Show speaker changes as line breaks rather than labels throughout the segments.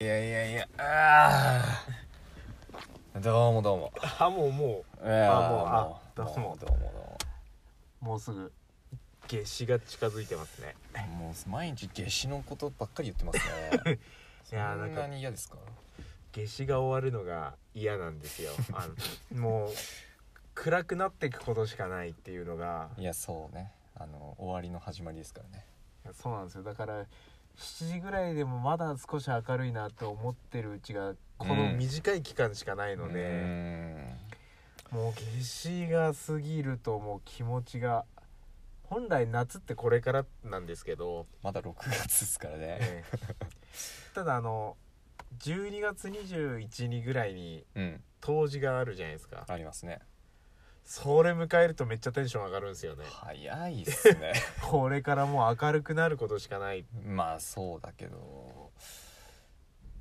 いやいやいや、あーどうもどうも。
あもうも
いやー
あもうあ
どう
どう
も
も
どうも
うもうすぐ夏至が近づいてますね
どうも。もう毎日夏至のことばっかり言ってますね。
いやー
そ
なんん
な
か
に嫌ですか。
夏至が終わるのが嫌なん ですよあのもう暗くなっていくことしかないっていうのが
いやそうね。あの終わりの始まりですからね。
そうなんですよだから7時ぐらいでもまだ少し明るいなと思ってるうちがこの
うん
短い期間しかないので、もう夏至が過ぎるともう気持ちが本来夏ってこれからなんですけど
うーんまだ6月ですからね。
ええただあの12月21日ぐらいに
うん
冬至があるじゃないですか
ありますね。
それ迎えるとめっちゃテンション上がるんですよね
早いっすね。
これからもう明るくなることしかない
まあそうだけど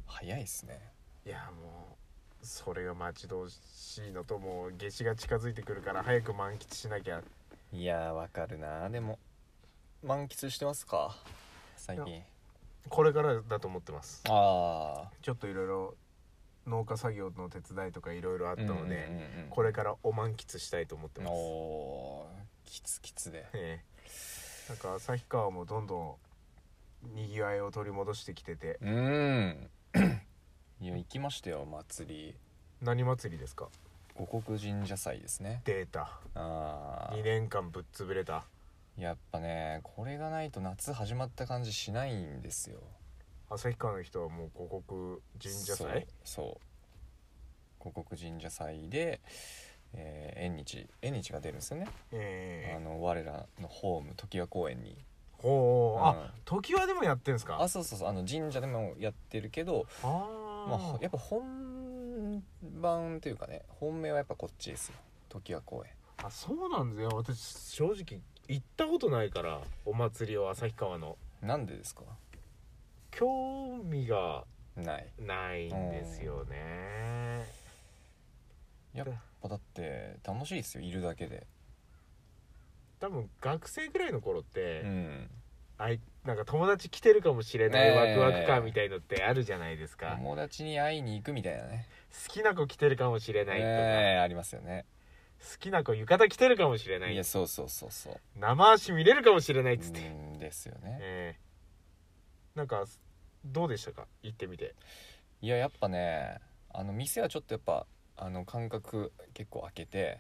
早いっすね。
いやもうそれが待ち遠しいのともう夏至が近づいてくるから早く満喫しなきゃ
いやーわかるなでも満喫してますか最
い
近
これからだと思ってます
あ
ちょっといろいろ農家作業の手伝いとかいろいろあ
あ
ったので、これからお満喫したいと思ってます
おーキツキツで
ええ、なんか旭川もどんどんにぎわいを取り戻してきてて
うーん いや行きましたよ祭り
何祭りですか
五穀神社祭ですね
データ
ああ
2年間ぶっ潰れた
やっぱねこれがないと夏始まった感じしないんですよ
旭川の人はもう五穀神社祭
そうそう五穀神社祭で、えー縁日縁日が出るんですよね、あ
ええ
の我らのホーム常盤公園に
ほう
うん
あ時はでもやってんすか
あそうそうそうあの神社でもやってるけど、
あ
まあ
あ
ほ、やっぱ本番というかね本命はやっぱこっちですよ時は公園
あそうなんですよ私正直行ったことないからお祭りを旭川の
なんでですか
興味が
ない
ないんですよね
やっぱだって楽しいですよいるだけで
多分学生ぐらいの頃って、
うん
あいなんか友達来てるかもしれない
ね
ワ
え
クワク感みたいのってあるじゃないですか、
友達に会いに行くみたいなね
好きな子来てるかもしれないとか、
ねえありますよね
好きな子浴衣着てるかもしれないい
やそうそうそうそう
生足見れるかもしれないっつって、
うんですよね
ええなんかどうでしたか行ってみて
いややっぱねあの店はちょっとやっぱあの間隔結構空けて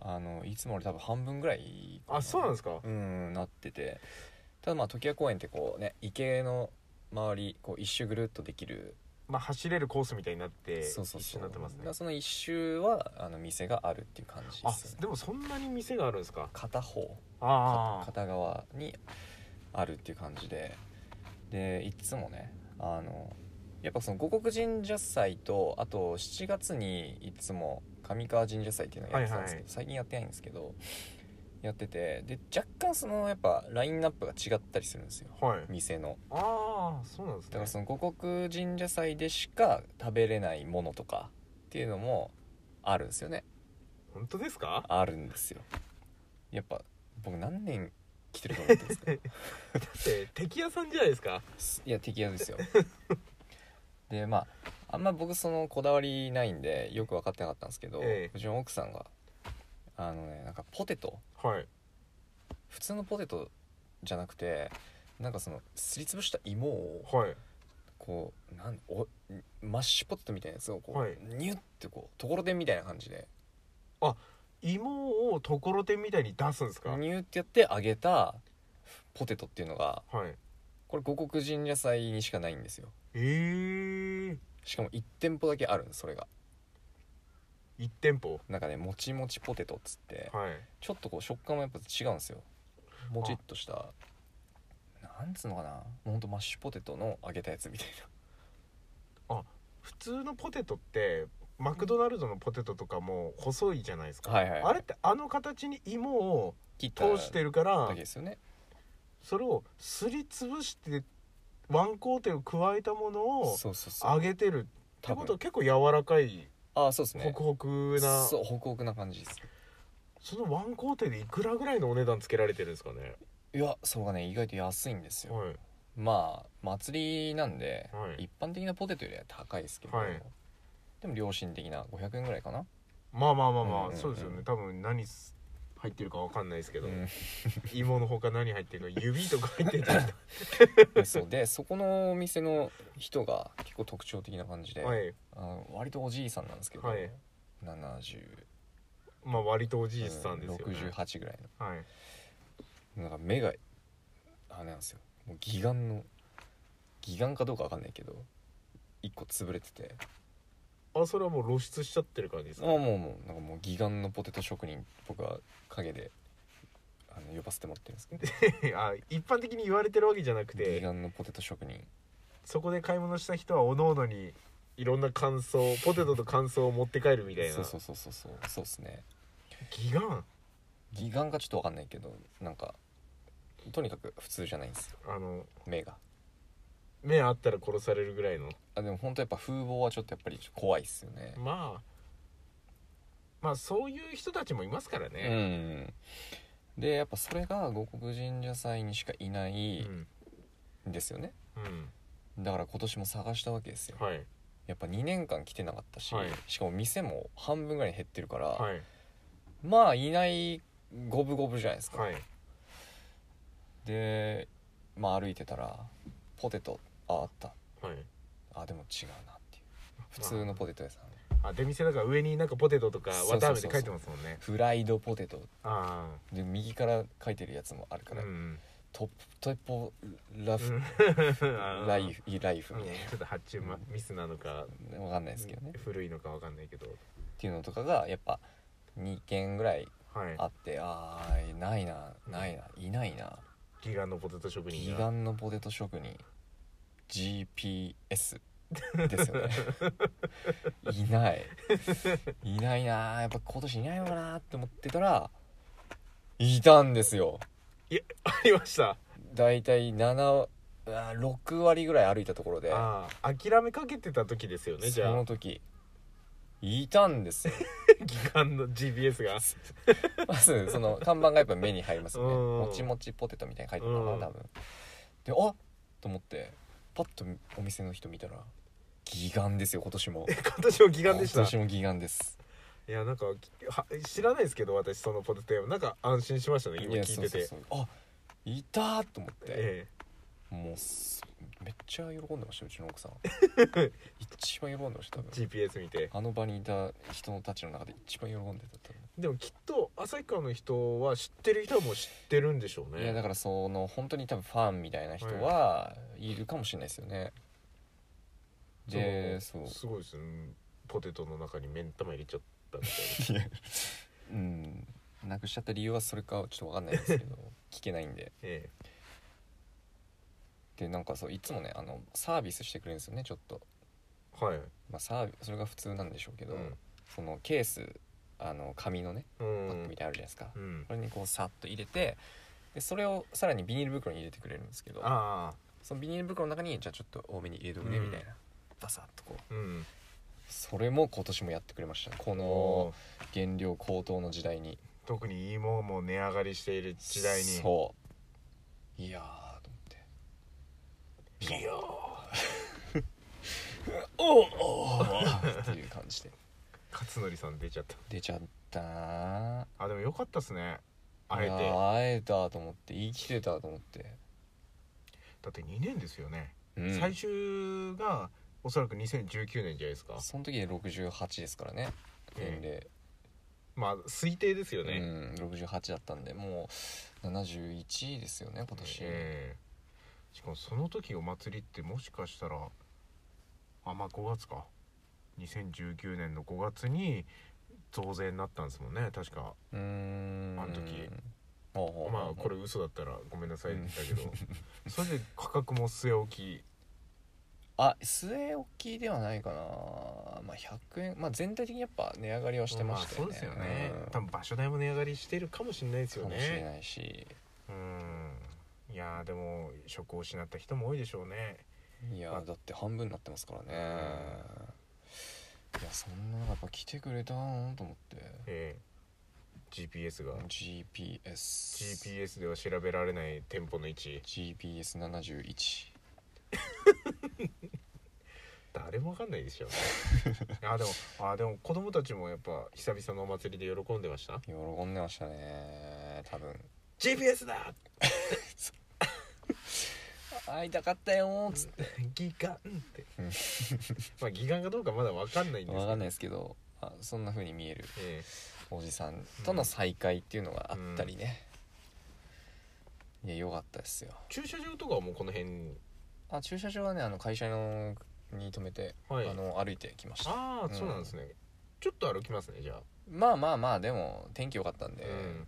あのいつもより多分半分ぐらいか
あそうなんですか、
うんなっててただまあ常盤公園ってこうね池の周りこう一周ぐるっとできる、
まあ、走れるコースみたいになって
そうそう
一
そ
緒
う
になってます
だ
ね
からその一周はあの店があるっていう感じで
あ
すよね
でもそんなに店があるんですか
片方か
ああ
片側にあるっていう感じででいつもねあのやっぱその五穀神社祭とあと7月にいつも上川神社祭っていうのをやってたんですけど、
はいは
最近やってないんですけどやっててで若干そのやっぱラインナップが違ったりするんですよ
はい
店の
ああそうなんです
だから
ね
その五穀神社祭でしか食べれないものとかっていうのもあるんですよね
本当ですか
あるんですよやっぱ僕何年来てると思ってるんですか
だって敵屋さんじゃないですか
すいや敵屋ですよでまああんま僕そのこだわりないんでよく分かってなかったんですけど、
ええ
うちの奥さんがあのねなんかポテト
はい
普通のポテトじゃなくてなんかそのすりつぶした芋を
はい
こうなんおマッシュポテトみたいなやつをこう、
はい
ニュッてこうところてんみたいな感じで
芋をところてんみたいに出すんですかはい
ニュッてやって揚げたポテトっていうのがこれ五穀神社祭にしかないんですよ
えー、
しかも1店舗だけあるんですそれが
1店舗
なんかねもちもちポテトっつって
はい
ちょっとこう食感もやっぱ違うんですよもちっとしたなんつうのかなもうほんとマッシュポテトの揚げたやつみたい
普通のポテトってマクドナルドのポテトとかも細いじゃないですか、
なはいはい、
あれってあの形に芋を
切った
通してるから
だけですよね
それをすりつぶしてワン工程を加えたものを
そうそうそう
揚げてるってこと
多
は
分
結構柔らかい
あそうです
ホ
ね
クホクな
そうホクホクな感じです
そのワン工程でいくらぐらいのお値段つけられてるんですかね
いやそれがね意外と安いんですよ
はい
まあ祭りなんで、
はい
一般的なポテトよりは高いですけど、
はい
でも良心的な500円ぐらいかな、
まあまあまあまあ、
うんうんうん
そうですよね多分何す入ってるかわかんないですけど、
うん
芋のほか何入ってるか指とか入ってたり と
でそうでそこのお店の人が結構特徴的な感じで、
かはい
あの割とおじいさんなんですけど、
はい
70
まあ割とおじいさんですよね、
68ぐらい
はい
のなんか目があれなんですよもう義眼の義眼かどうかわかんないけど一個潰れてて
あそれはもう露出しちゃってる感じです
あ
か
もうもうなんかもう義眼のポテト職人僕は陰であの呼ばせてもらってるんですけど
あ一般的に言われてるわけじゃなく
義
て
眼のポテト職人
そこで買い物した人はおのおのにいろんな感想ポテトと感想を持って帰るみたいな
そうそうそうそうそうそうっすね
ギガン
義眼かちょっとわかんないけどなんかとにかく普通じゃないんですよ
あの
目が
目あったら殺されるぐらいの
あでも本当やっぱ風貌はちょっとやっぱりちょっと怖いっすよね
まあまあそういう人たちもいますから
う
ね、
んでやっぱそれが五穀神社祭にしかいな
う
いん
ん
ですよね、
うん
だから今年も探したわけですよ、
はい
やっぱ2年間来てなかったし、
はい
しかも店も半分ぐらい減ってるから、
はい
まあいない五分五分じゃないですか、
はい
でまあ歩いてたらポテトああった
はい
あでも違うなっていう普通のポテト屋さん
あ出店だから上になんかポテトとか
そうそうそう
綿あめって書いてますもんね
フライドポテト
あ
で右から書いてるやつもあるか
あ
ら、
うん
トップトッポラフ、 ライ
フ
フライフみたいな
ちょっと発注まミスなのか
わかんないですけどね、っ
古いのかわかんないけど
ていうのとかがやっぱ2件ぐらい
はい
あってあーないなないないないな
ギガのポテト職人
義
が
眼のポテト職人 GPS です よねいないいないなやっぱ今年いないのかなって思ってたらいたんですよ
ありました
だいたい7 6割ぐらい歩いたところで
ああ諦めかけてた時ですよね
そ
じゃ
の
あ
時いたんですよ
ギガの GPS が
まずその看板がやっぱ目に入りますよね
うん
もちもちポテトみたいに書いてるのか
うん
な多分であっと思ってパッとお店の人見たら義眼ですよ今年も
今年もギガでした
今年も義眼です
いやなんかは知らないですけど私そのポテト屋なんか安心しましたね今
や
聞いてて
そうそうそうあいたーと思って、
え
もうすめっちゃ喜んでましたうちの奥 さん一番喜んでました多
え
分
GPS 見て
あの場にいた人たちの中で一番喜んでた多分
でもきっと旭川の人は知ってる人はもう知ってるんでしょうね
いやだからその本当に多分ファンみたいな人はいるかもしれないですよね、で
そ
そう
のすごいですねポテトの中に目ん玉入れちゃったみたい
いやうんなくしちゃった理由はそれかはちょっとわかんないです けど聞けないんで
なえ
でなんかそういつもねあのサービスしてくれるんですよねちょっと、
えはい
まあ、サービそれが普通なんでしょうけど、
うん
そのケースあの紙のね
う
パッ
ん
クみたいなのあるじゃないですか、
うん
これにこうさっと入れてでそれをさらにビニール袋に入れてくれるんですけど
あ
そのビニール袋の中にじゃあちょっと多めに入れとくねみたいな、バサッとこう
あうん
それも今年もやってくれましたねこの原料高騰の時代に
特に芋も値上がりしている時代に
そういやーと思って
いやー
おお っていう感じで
勝則さん出ちゃった
出ちゃったな
あでもよかったっすね
ー
あ
い
えて
やー会えたと思って生きてたと思って、
だって2年ですよね、
うん、
最終がおそらく2019年じゃないですか
その時で68ですからね年齢、
まあ推定ですよ
う
ね、
ん68だったんでもう71ですよね今年、
ええしかもその時お祭りってもしかしたらあまあ5月か2019年の5月に増税になったんですもんね確か
うーん
あの時
ほうほうほう
まあこれ嘘だったらごめんなさいだ
うん
けど、それで価格も据え置き
あ据え置きではないかなまあ100円まあ全体的にやっぱ値上がりはしてましたよね、
あそうですよね、
うん
多分場所代も値上がりしてるかもしれないですよ
かもしれ
ね
ないし
うんいやーでも職を失った人も多いでしょうね
いや
まあ
だって半分になってますからねいやそんな中やっぱ来てくれたんと思って
ええ GPS が
GPS
GPS では調べられない店舗の位置
GPS71
誰もわかんないでし ょあでもあでも子供たちもやっぱ久々のお祭りで喜んでました
喜んでましたね多分
GPS だ
会いたかったよーっつって
ギガン って
うん
まあギガンかどうかまだわかんないんです
分かんない
い、
ですけどあそんな風に見える
え
おじさんとの再会っていうのがあったりね、いや良かったですよ
え駐車場とかはもうこの辺に
あ駐車場はねあの会社のに止めて、
はい
あの歩いてきました
ああ、
うん
そうなんですねちょっと歩きますねじゃあ、
まあまあまあでも天気良かったんで、
うん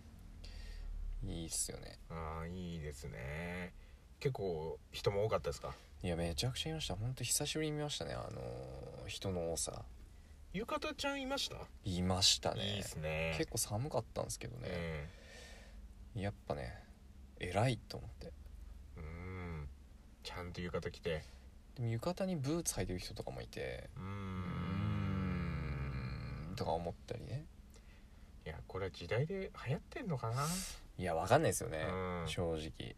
いいっすよね
ああいいですね結構人も多かったですか
いやめちゃくちゃいました本当久しぶりに見ましたねあのー人の多さ
浴衣ちゃんいました、
いましたね
いいですね
結構寒かったんですけどね、
え
やっぱね偉いと思って
えうんちゃんと浴衣着て
でも浴衣にブーツ履いてる人とかもいて
うー
うんー
ん
んとか思ったりね
いやこれは時代で流行ってんのかな、
いやわかんないですよね、
うん
正直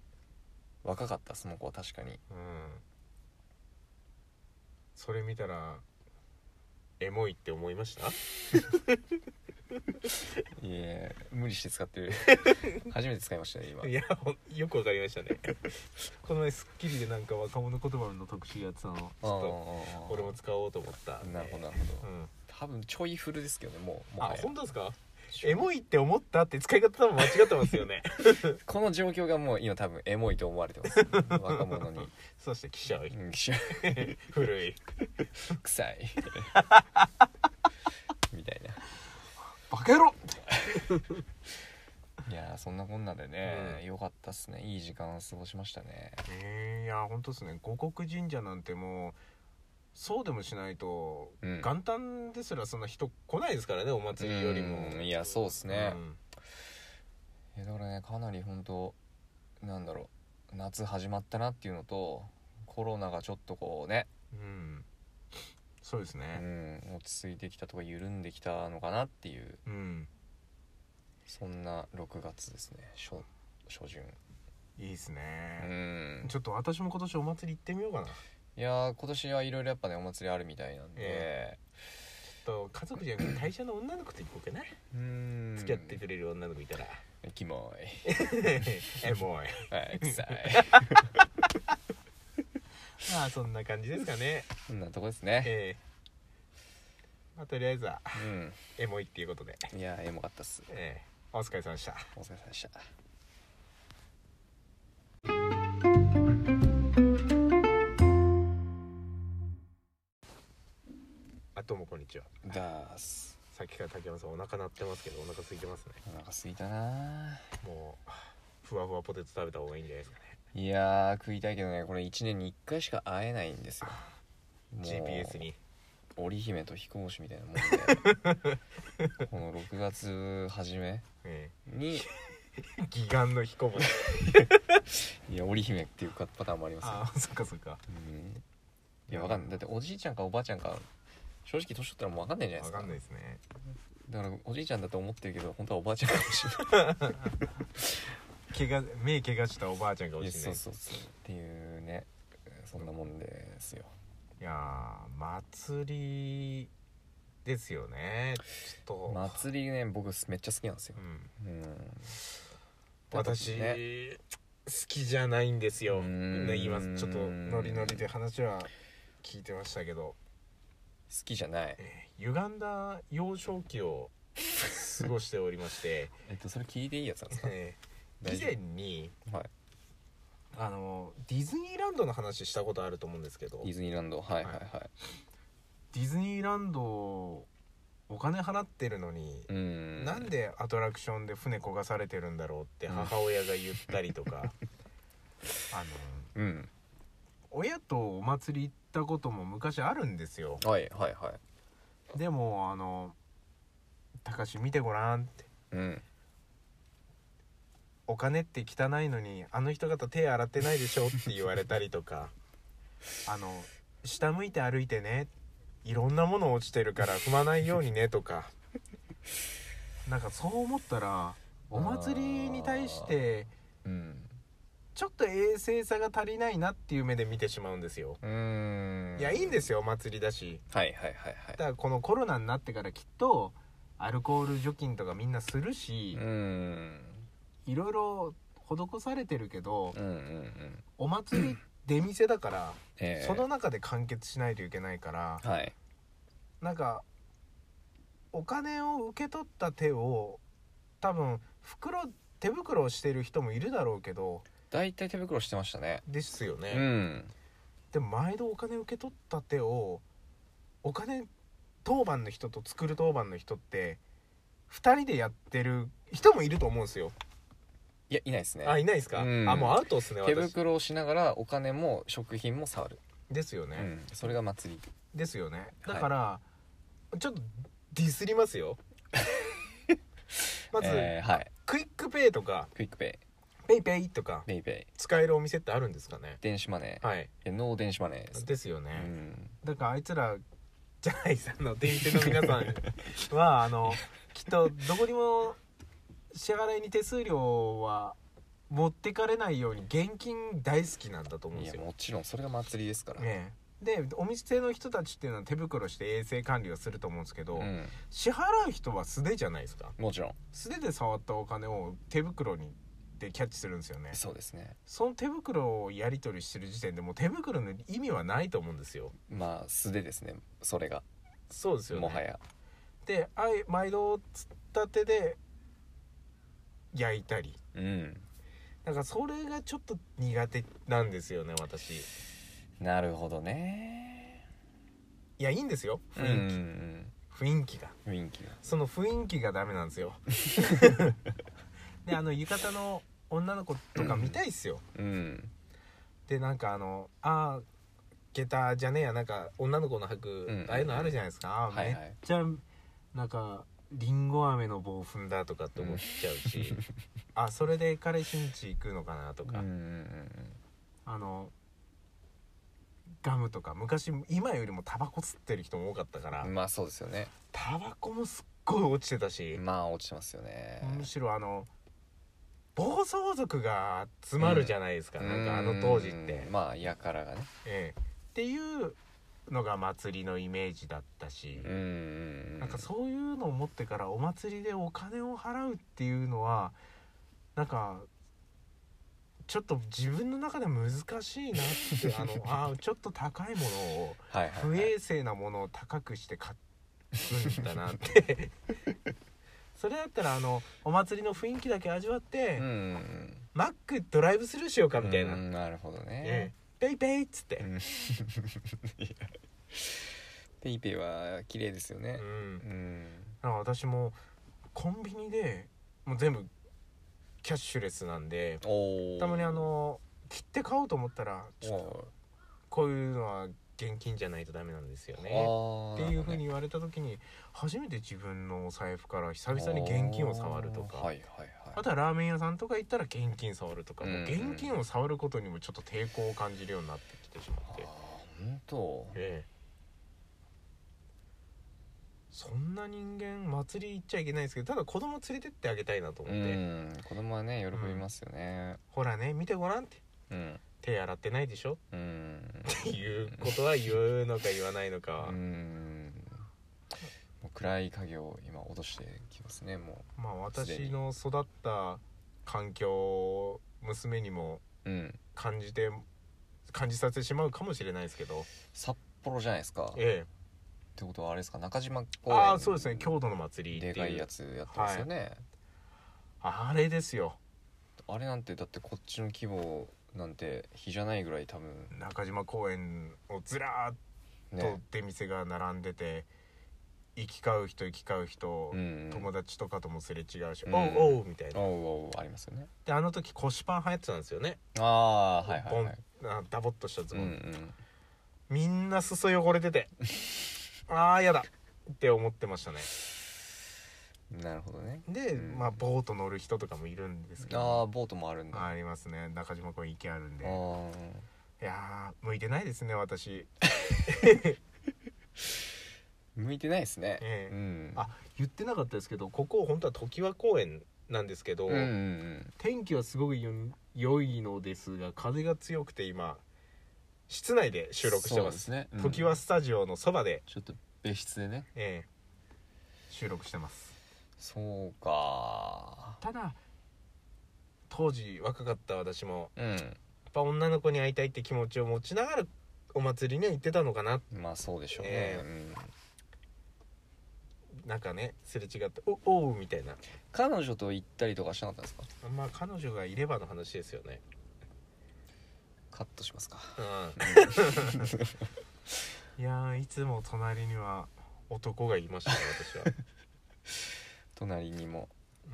若かったその子は確かに
うんそれ見たらエモいって思いました
いえ無理して使ってる 初めて使いましたね今
いやほんよくわかりましたね この前『スッキリ』でなんか若者言葉の特集やってたのちょっと
あー
俺も使おうと思ったんで
なるほどなるほ
う
ど
ん、
多分ちょいフルですけどねもうも
あ
はや
本当ですかエモいって思ったって使い方多分間違ってますよ ね
この状況がもう今多分エモいと思われて ます若者に
そして記者
「うんきしょ
古い
臭 い」みたいな
バカ野郎
いやーそんなこんなでね、
う
良かったっすねいい時間を過ごしましたね
えー、いや本当ですね五穀神社なんてもうそうでもしないと、
うん
元旦ですらそんな人来ないですからねお祭りよりも
うんいやそうっすね
ん
いやだからねかなり本当なんだろう夏始まったなっていうのとコロナがちょっとこうね、
うんそうです
う
ね
ん、落ち着いてきたとか緩んできたのかなっていう
うん、
そんな6月ですね初初旬
いいです
う
ね、
ん
ちょっと私も今年お祭り行ってみようかない
やー今年はいろいろやっぱねお祭りあるみたいなんで、
えちょっと家族じゃなくて会社の女の子と行こうかな
うん
付き合ってくれる女の子い たら
キモい
エモい
はい臭い
まあそんな感じですかね
そんなとこですね
ええまあとりあえずは
う
エモいっていうことで、
んいやーエモかったっす
ええお疲れ様でした
お疲れ様でした
あどうもこんにちは
ダース
さっきから竹山さんお腹鳴ってますけどお腹空いてますね
お腹すいたな
もうふわふわポテト食べた方がいいんじゃないですかね
ーいやー食いたいけどねこれ1年に1回しか会えないん ですよもう
GPS に
織姫と飛行士みたいなもんでこの6月初め
え
に
え義眼の彦星
いや織姫っていうかパター ンもありますよ
ああそっかそっか
うんいやわかんないだっておじいちゃんかおばあちゃんか正直年取ったらもうわかんないじゃないで
わ
すか
かんないですね
だからおじいちゃんだと思ってるけど本当はおばあちゃんかもしれない
怪我目怪我したおばあちゃんかも
いや
しれな
そ
いう
そうそうっていうねそんなもんですよ
いやー祭りですよねちょっと、
祭りね僕めっちゃ好きなんですよ
うん、
うん
私、
ね
好きじゃないんですよ
うーん
ね今ちょっとノリノリで話は聞いてましたけど
好きじゃない
歪んだ幼少期を過ごしておりまして、
えっとそれ聞いていいやつなんですか
えー
大
以
丈
前に
夫はい
あのディズニーランドの話したことあると思うんですけど
ディズニーランドはいはいはい、
ディズニーランドをお金払ってるのに、
うん
なんでアトラクションで船焦がされてるんだろうって母親が言ったり とか、あの
うん
親とお祭り行ったことも昔あるんですよ
はいはいはい
でもあの「たかし見てごらん」って
うん
「お金って汚いのにあの人方手洗ってないでしょ」って言われたり とか「あの下向いて歩いてねいろんなもの落ちてるから踏まないようにね」とかなんかそう思ったらお祭りに対して
うん
ちょっと衛生さが足りないなっていう目で見てしまうんですよ
うーん
いやいいんですすよお祭りだし
はいはいはいはい
だからこのコロナになってからきっとアルコール除菌とかみんなするし
うー、ん
いろいろ施されてるけど
うんうんうん
お祭り出店だから、
ええ
その中で完結しないといけないから
はい
なんかお金を受け取った手を多分袋手袋をしてる人もいるだろうけど
大体手袋してましたね
ですよね、
うん
でも毎度お金受け取った手をお金当番の人と作る当番の人って2人でやってる人もいると思うんですよ、
いやいないですね
あいないですか、
うん
あもうアウトっすね
手
私
袋をしながらお金も食品も触る、
ですよ
う
ね、
ん、それが祭り
ですよね
はい
だから、ちょっとディスりま すよまず、
えーはい
クイックペイとか
クイックペ
ペイペイとか
イペイペイ
使えるお店ってあるんですかね
電子マネー、
はい
いやノー電子マネーです、
ですよ
う
ね、
ん、
だからあいつらジャナイさんの出店の皆さん はあのきっとどこにも支払いに手数料は持ってかれないように現金大好きなんだと思うん
い
です
や
よ
もちろんそれが祭りですから、
ねえでお店の人たちっていうのは手袋して衛生管理をすると思うんですけど、
うん、
支払う人は素手じゃないですか
もちろん
素手で触ったお金を手袋にでキャッチするんですよね
そうですね
その手袋をやり取りしてる時点でもう手袋の意味はないと思うんですよ
まあ素手ですねそれが、
そうですよね
もはや
であい毎度つったてで焼いたり
うん
なんかそれがちょっと苦手なんですよね私い
なるほどね
やいいんですよ
うん
雰囲気、雰囲気が
うんうん雰囲気が
その雰囲気がダメなんで すよであの浴衣の女の子とか見たいっすよ、
うん
でなんかあのああ下駄じゃねえやなんか女の子の履く、
うん
ああいうのあるじゃないですか、あー
はいはい
めっちゃなんかりんご飴の棒踏んだとかって思っちゃう し、あそれで彼氏んち行くのかなと
うんう
か、
ん
あのガムとか昔今よりもタバコ吸ってる人も多かったから、
うんうんまあそうですよね
タバコもすっごい落ちてたし、
まあ落ちてますよね
むしろあの暴走族が集まるじゃないですか、なんかあの当時って。
うんまあやからがね
ええ、っていうのが祭りのイメージだったし
う、んうんうん
なんかそういうのを持ってからお祭りでお金を払うっていうのはなんかちょっと自分の中で難しいなっ てあのあーちょっと高いものを
はいはい、
不
はい、
衛生なものを高くして買うんだなって それだったらあのお祭りの雰囲気だけ味わって、
うんうんうん
マックドライブスルーしようかみたいな、
うんなるほど
ええ
ね、
ペイペイっつって。
うん いやペイペイは綺麗ですよね
うん
うん
なんか私もコンビニでもう全部キャッシュレスなんで
おお
たまにあの切って買おうと思ったらちょっと
お
こういうのは現金じゃないとダメなんですよ
ー
ね
あー
っていうふう
な
に
る
言われた時に初めて自分のお財布から久
ほど
々
ね
に現金を触ると
おーは
か
いはいはい
あとはラーメン屋さんとか行ったら現金触るとか
うん
もう現金を触ることにもちょっと抵抗を感じるようになってきてしまって
本当
ええそんな人間祭り行っちゃいけないんですけどただ子供連れてってあげたいなと
う
思って、
ん子供はね喜びますよね
ほらね見てごらんって
うん
手洗ってないでしょ
うん
っていうことは言うのか言わないのかは、
うんもう暗い影を今落としてきますねも
まあ私の育った環境を娘にも
ううん
感じて感じさせてしまうかもしれないですけど
札幌じゃないですかっ
え
てことはあれですか中島
え
公園
ああそうですね郷土の祭りってい
で
う
かいやつやってますよね、
あれですよ
あれなんてだってこっちの規模なんて比じゃないぐらい多分
中島公園をずらーっと
ね
出店が並んでて、行き交う人行き交う人、
うんうん
友達とかともすれ違うし「
うん
おうおう」みたい
お
な
うおうありますよね
であの時腰パン流行ってたんですよね
ああはいはいはい
ボンあダボっとしたズ
うん
ボ
う
ン、
ん
みんな裾汚れ ててああやだって思ってましたね
なるほどね
で、
うん
まあボート乗る人とかもいるんですけ
ああ
ど
ボートもあるんだ、
ありますね中島公園池あるんで
あー
いやー向いてないですね私
向向いてないですね、
ええ
うん
あ言ってなかったですけどここ本当は常盤公園なんですけど、
うんうんうん
天気はすごいよ良いのですが風が強くて今室内で収録して
そう
ま
です
す
ね、うん
常盤スタジオのそばで、
ちょっと別室でね
ええ収録してます
そうか
ただ当時若かった私も
うん
やっぱ女の子に会いたいって気持ちを持ちながらお祭りには行ってたのかな
まあそうでしょうね、
ええ
うん
なんかねすれ違って「おおう」みたいな
彼女と行ったりとかしなかったんですか
まあ彼女がいればの話ですよね
カットしますか
うん いやーいつも隣には男がいましたね 私は
隣にも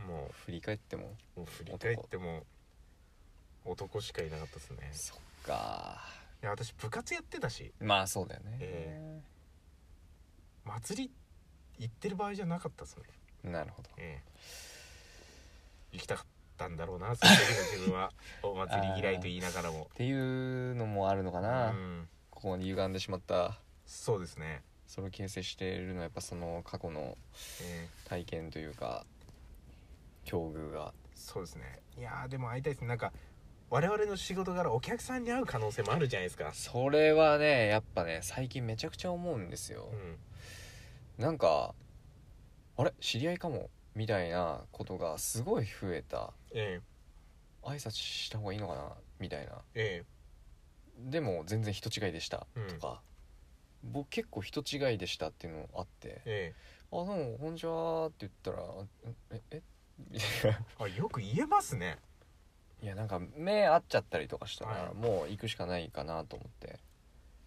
も
振り返っても
うもう振り返っても男しかいなかったですね
そっか
いや私部活やってたし
まあそうだよね、
え祭り行ってる場合じゃなかったですね
なるほど
ええ行きたかったんだろうなその 時の自分はお祭り嫌いと言いながらも
っていうのもあるのか
う
な、
ん
ここに歪んでしまった
そうですね、
それを形成しているのはやっぱその過去の
ええ
体験というか境遇が
そうですねいやーでも会いたいですねなんか我々の仕事柄お客さんに会う可能性もあるじゃないですか
それはねやっぱね最近めちゃくちゃ思うんですよ
う、ん
なんかあれ知り合いかもみたいなことがすごい増えた
え
挨拶した方がいいのかなみたいな
ええ
でも全然人違いでした
うん
とか、僕結構人違いでしたっていうのあって
ええ
「あどうもこんにちは」って言ったら「ええみたいな
えあよく言えますね
いやなんか目合っちゃったりとかした
は
ら
い
もう行くしかないかなと思って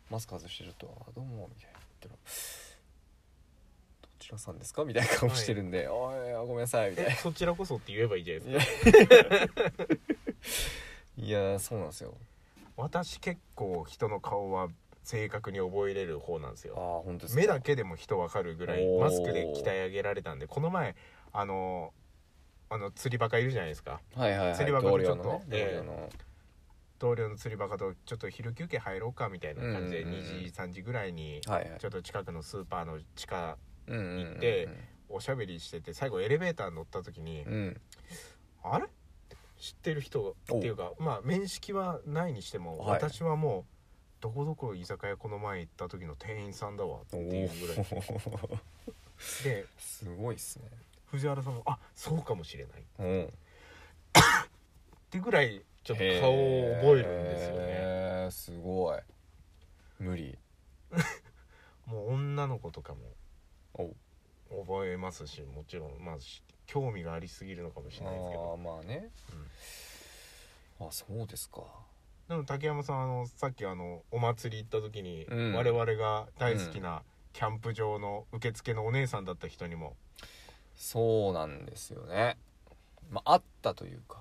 マスク外してると「あどうも」みたいな言ったら「どちらさんですか?」みたいな顔してるんで「おいあごめんなさい」みたい
え
な
そちらこそって言えばいいじゃないですか
いやそうなんですよ
私結構人の顔は正確に覚えれる方なんです
ああ
よ
本当ですか
目だけでも人わかるぐらい
おー
マスクで鍛え上げられたんでこの前あのあの釣りバカいるじゃないですか
はいはいはい
釣り箱
同
にち
僚
ょっと
のね
え
同僚
え
の
同僚の釣りバカとちょっと昼休憩入ろうかみたいな感じで
うんうんうん
2時3時ぐらいに
はいはい
ちょっと近くのスーパーの地下
うんうん
行っておしゃべりしてて最後エレベーターに乗った時に
うんうん
あれ知ってる人っていうかまあ面識はないにしても
はい
私はもうどこどこ居酒屋この前行った時の店員さんだわって
お
いうぐらい
お
です
ごいっすね
藤原さんもあそうかもしれない
うん
ってぐらいちょっと顔を覚えるんですよね
へーすごい無理
もう女の子とかも
お
覚えますしもちろんまあし興味がありすぎるのかもしれないですけ
あ
ど
ーまあね、あそうですか
でも竹山さんあのさっきあのお祭り行った時に、
うん
我々が大好きなキャンプ場の受付のお姉さんだった人にも
そうなんですよねまああったというか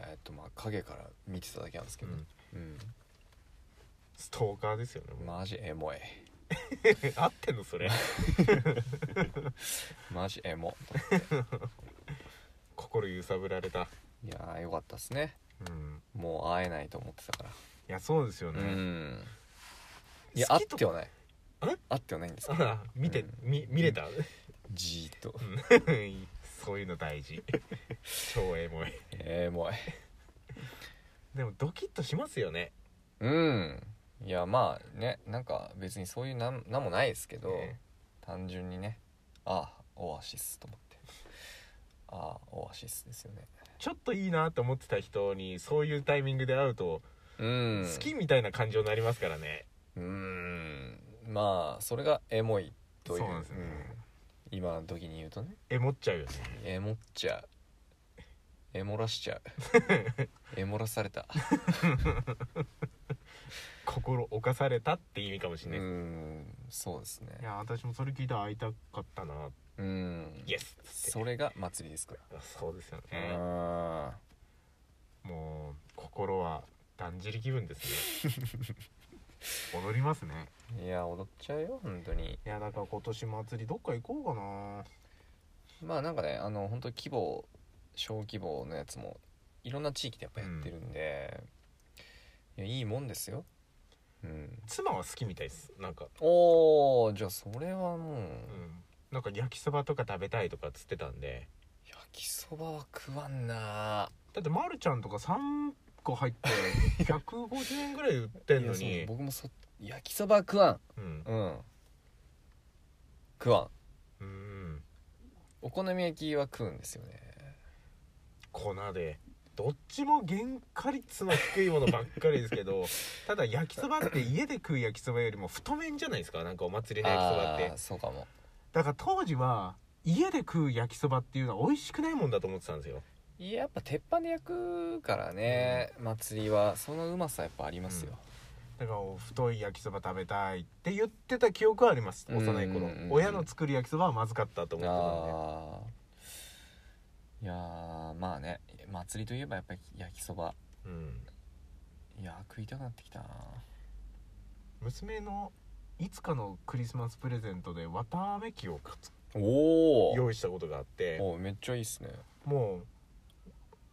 えっ、とまあ影から見てただけなんですけど、うん
ストーカーですよね、もう
マジエモい
合ってんのそれ
マジエモ
心揺さぶられた
いやーよかったですね
うん
もう会えないと思ってたから
いやそうですよ
う
ね、
んいや
好
会
きと
ってはない
え
会ってはないんですけど
あ見て、
うん
み見れた
じーっと
そういうの大事超エモい
エモい
でもドキッとしますよね
うんいやまあねなんか別にそういうなんなんもないですけど、
ね
単純にねああオアシスと思ってああオアシスですよね
ちょっといいなと思ってた人にそういうタイミングで会うと、
うん
好きみたいな感情になりますからね
うんまあそれがエモいという
そうなんですね
うん今の時に言うとね
エモっちゃうよね
エモっちゃうエモらし ちゃうエモらされた
心侵されたって意味かもし
う
れないです、
んそうですね
いや私もそれ聞いたら会いたかったな
うん
イエスっつって
それが祭りですから
あそうですよね
ああ
もう心はだんじり気分です ね踊りますね
いや踊っちゃうよ本当に
いやだから今年祭りどっか行こうかな
まあなんかねあの本当規模小規模のやつもいろんな地域でやっぱやってるんで、いやいいもんですようん
妻は好きみたいですなんか、
おーじゃあそれはもう、
うん、なんか焼きそばとか食べたいとかっつってたんで
焼きそばは食わんな
だってまるちゃんとか3個入 って150円ぐらい売ってんの
いやそう
に
僕もそ焼きそばは食わん
うん
うん食わん
うん
お好み焼きは食うんですよね
粉でどっちも原価率の低いものばっかりですけどただ焼きそばって家で食う焼きそばよりも太麺じゃないですかなんかお祭りの焼きそばって
あーそうかも
だから当時は家で食う焼きそばっていうのは美味しくないもんだと思ってたんですよ
いややっぱ鉄板で焼くからね、祭りはそのうまさやっぱありますよ、
だからお太い焼きそば食べたいって言ってた記憶はあります
うん
幼い頃
うん
親の作る焼きそばはまずかったと思ってた
あーい
んで
やーまあね祭りといえばやっぱり焼きそば
うん
いやー食いたくなってきたな
娘のいつかのクリスマスプレゼントで綿あめ機を買っ
おー
用意したことがあって
おめっちゃいいっすね
もう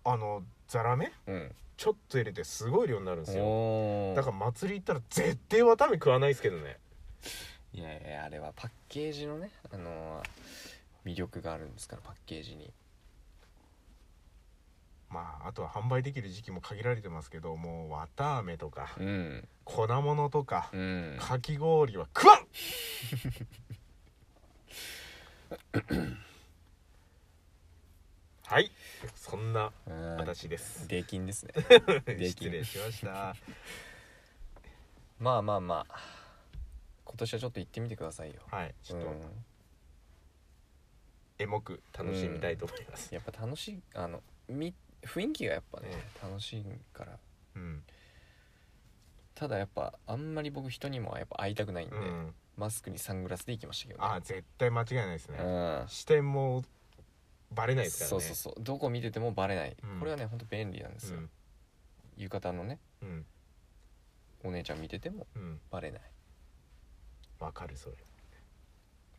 あのザラメ
うん
ちょっと入れてすごい量になるんですよ
おー
だから祭り行ったら絶対わたあめ食わないですけどね
いやいやあれはパッケージのねあのー魅力があるんですからパッケージに
まああとは販売できる時期も限られてますけどもうわたあめとか
うん
粉物とか
うん
かき氷は食わんはいそんな
うん
私です
出禁ですねでき
失
ん
礼しました
まあまあまあ今年はちょっと行ってみてくださいよ
はいちょっと
うん
エモく楽しみたいと思います、
やっぱ楽しいあのみ雰囲気がやっぱね
ね
楽しいから
うん
ただやっぱあんまり僕人にもやっぱ会いたくないんで、
うん、
マスクにサングラスで行きましたけど
ああ絶対間違いないですね、
うん
視点もバレないですか
そ
ら
う
ね
そうそうどこ見ててもバレない、
うん
これはねほんと便利なんですよ、浴衣のね
うんうん
お姉ちゃん見てても
うん
バレない
わかるそれ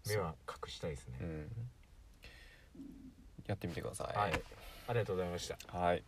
目は隠したいですね
う、んやってみてください
はいありがとうございました
はい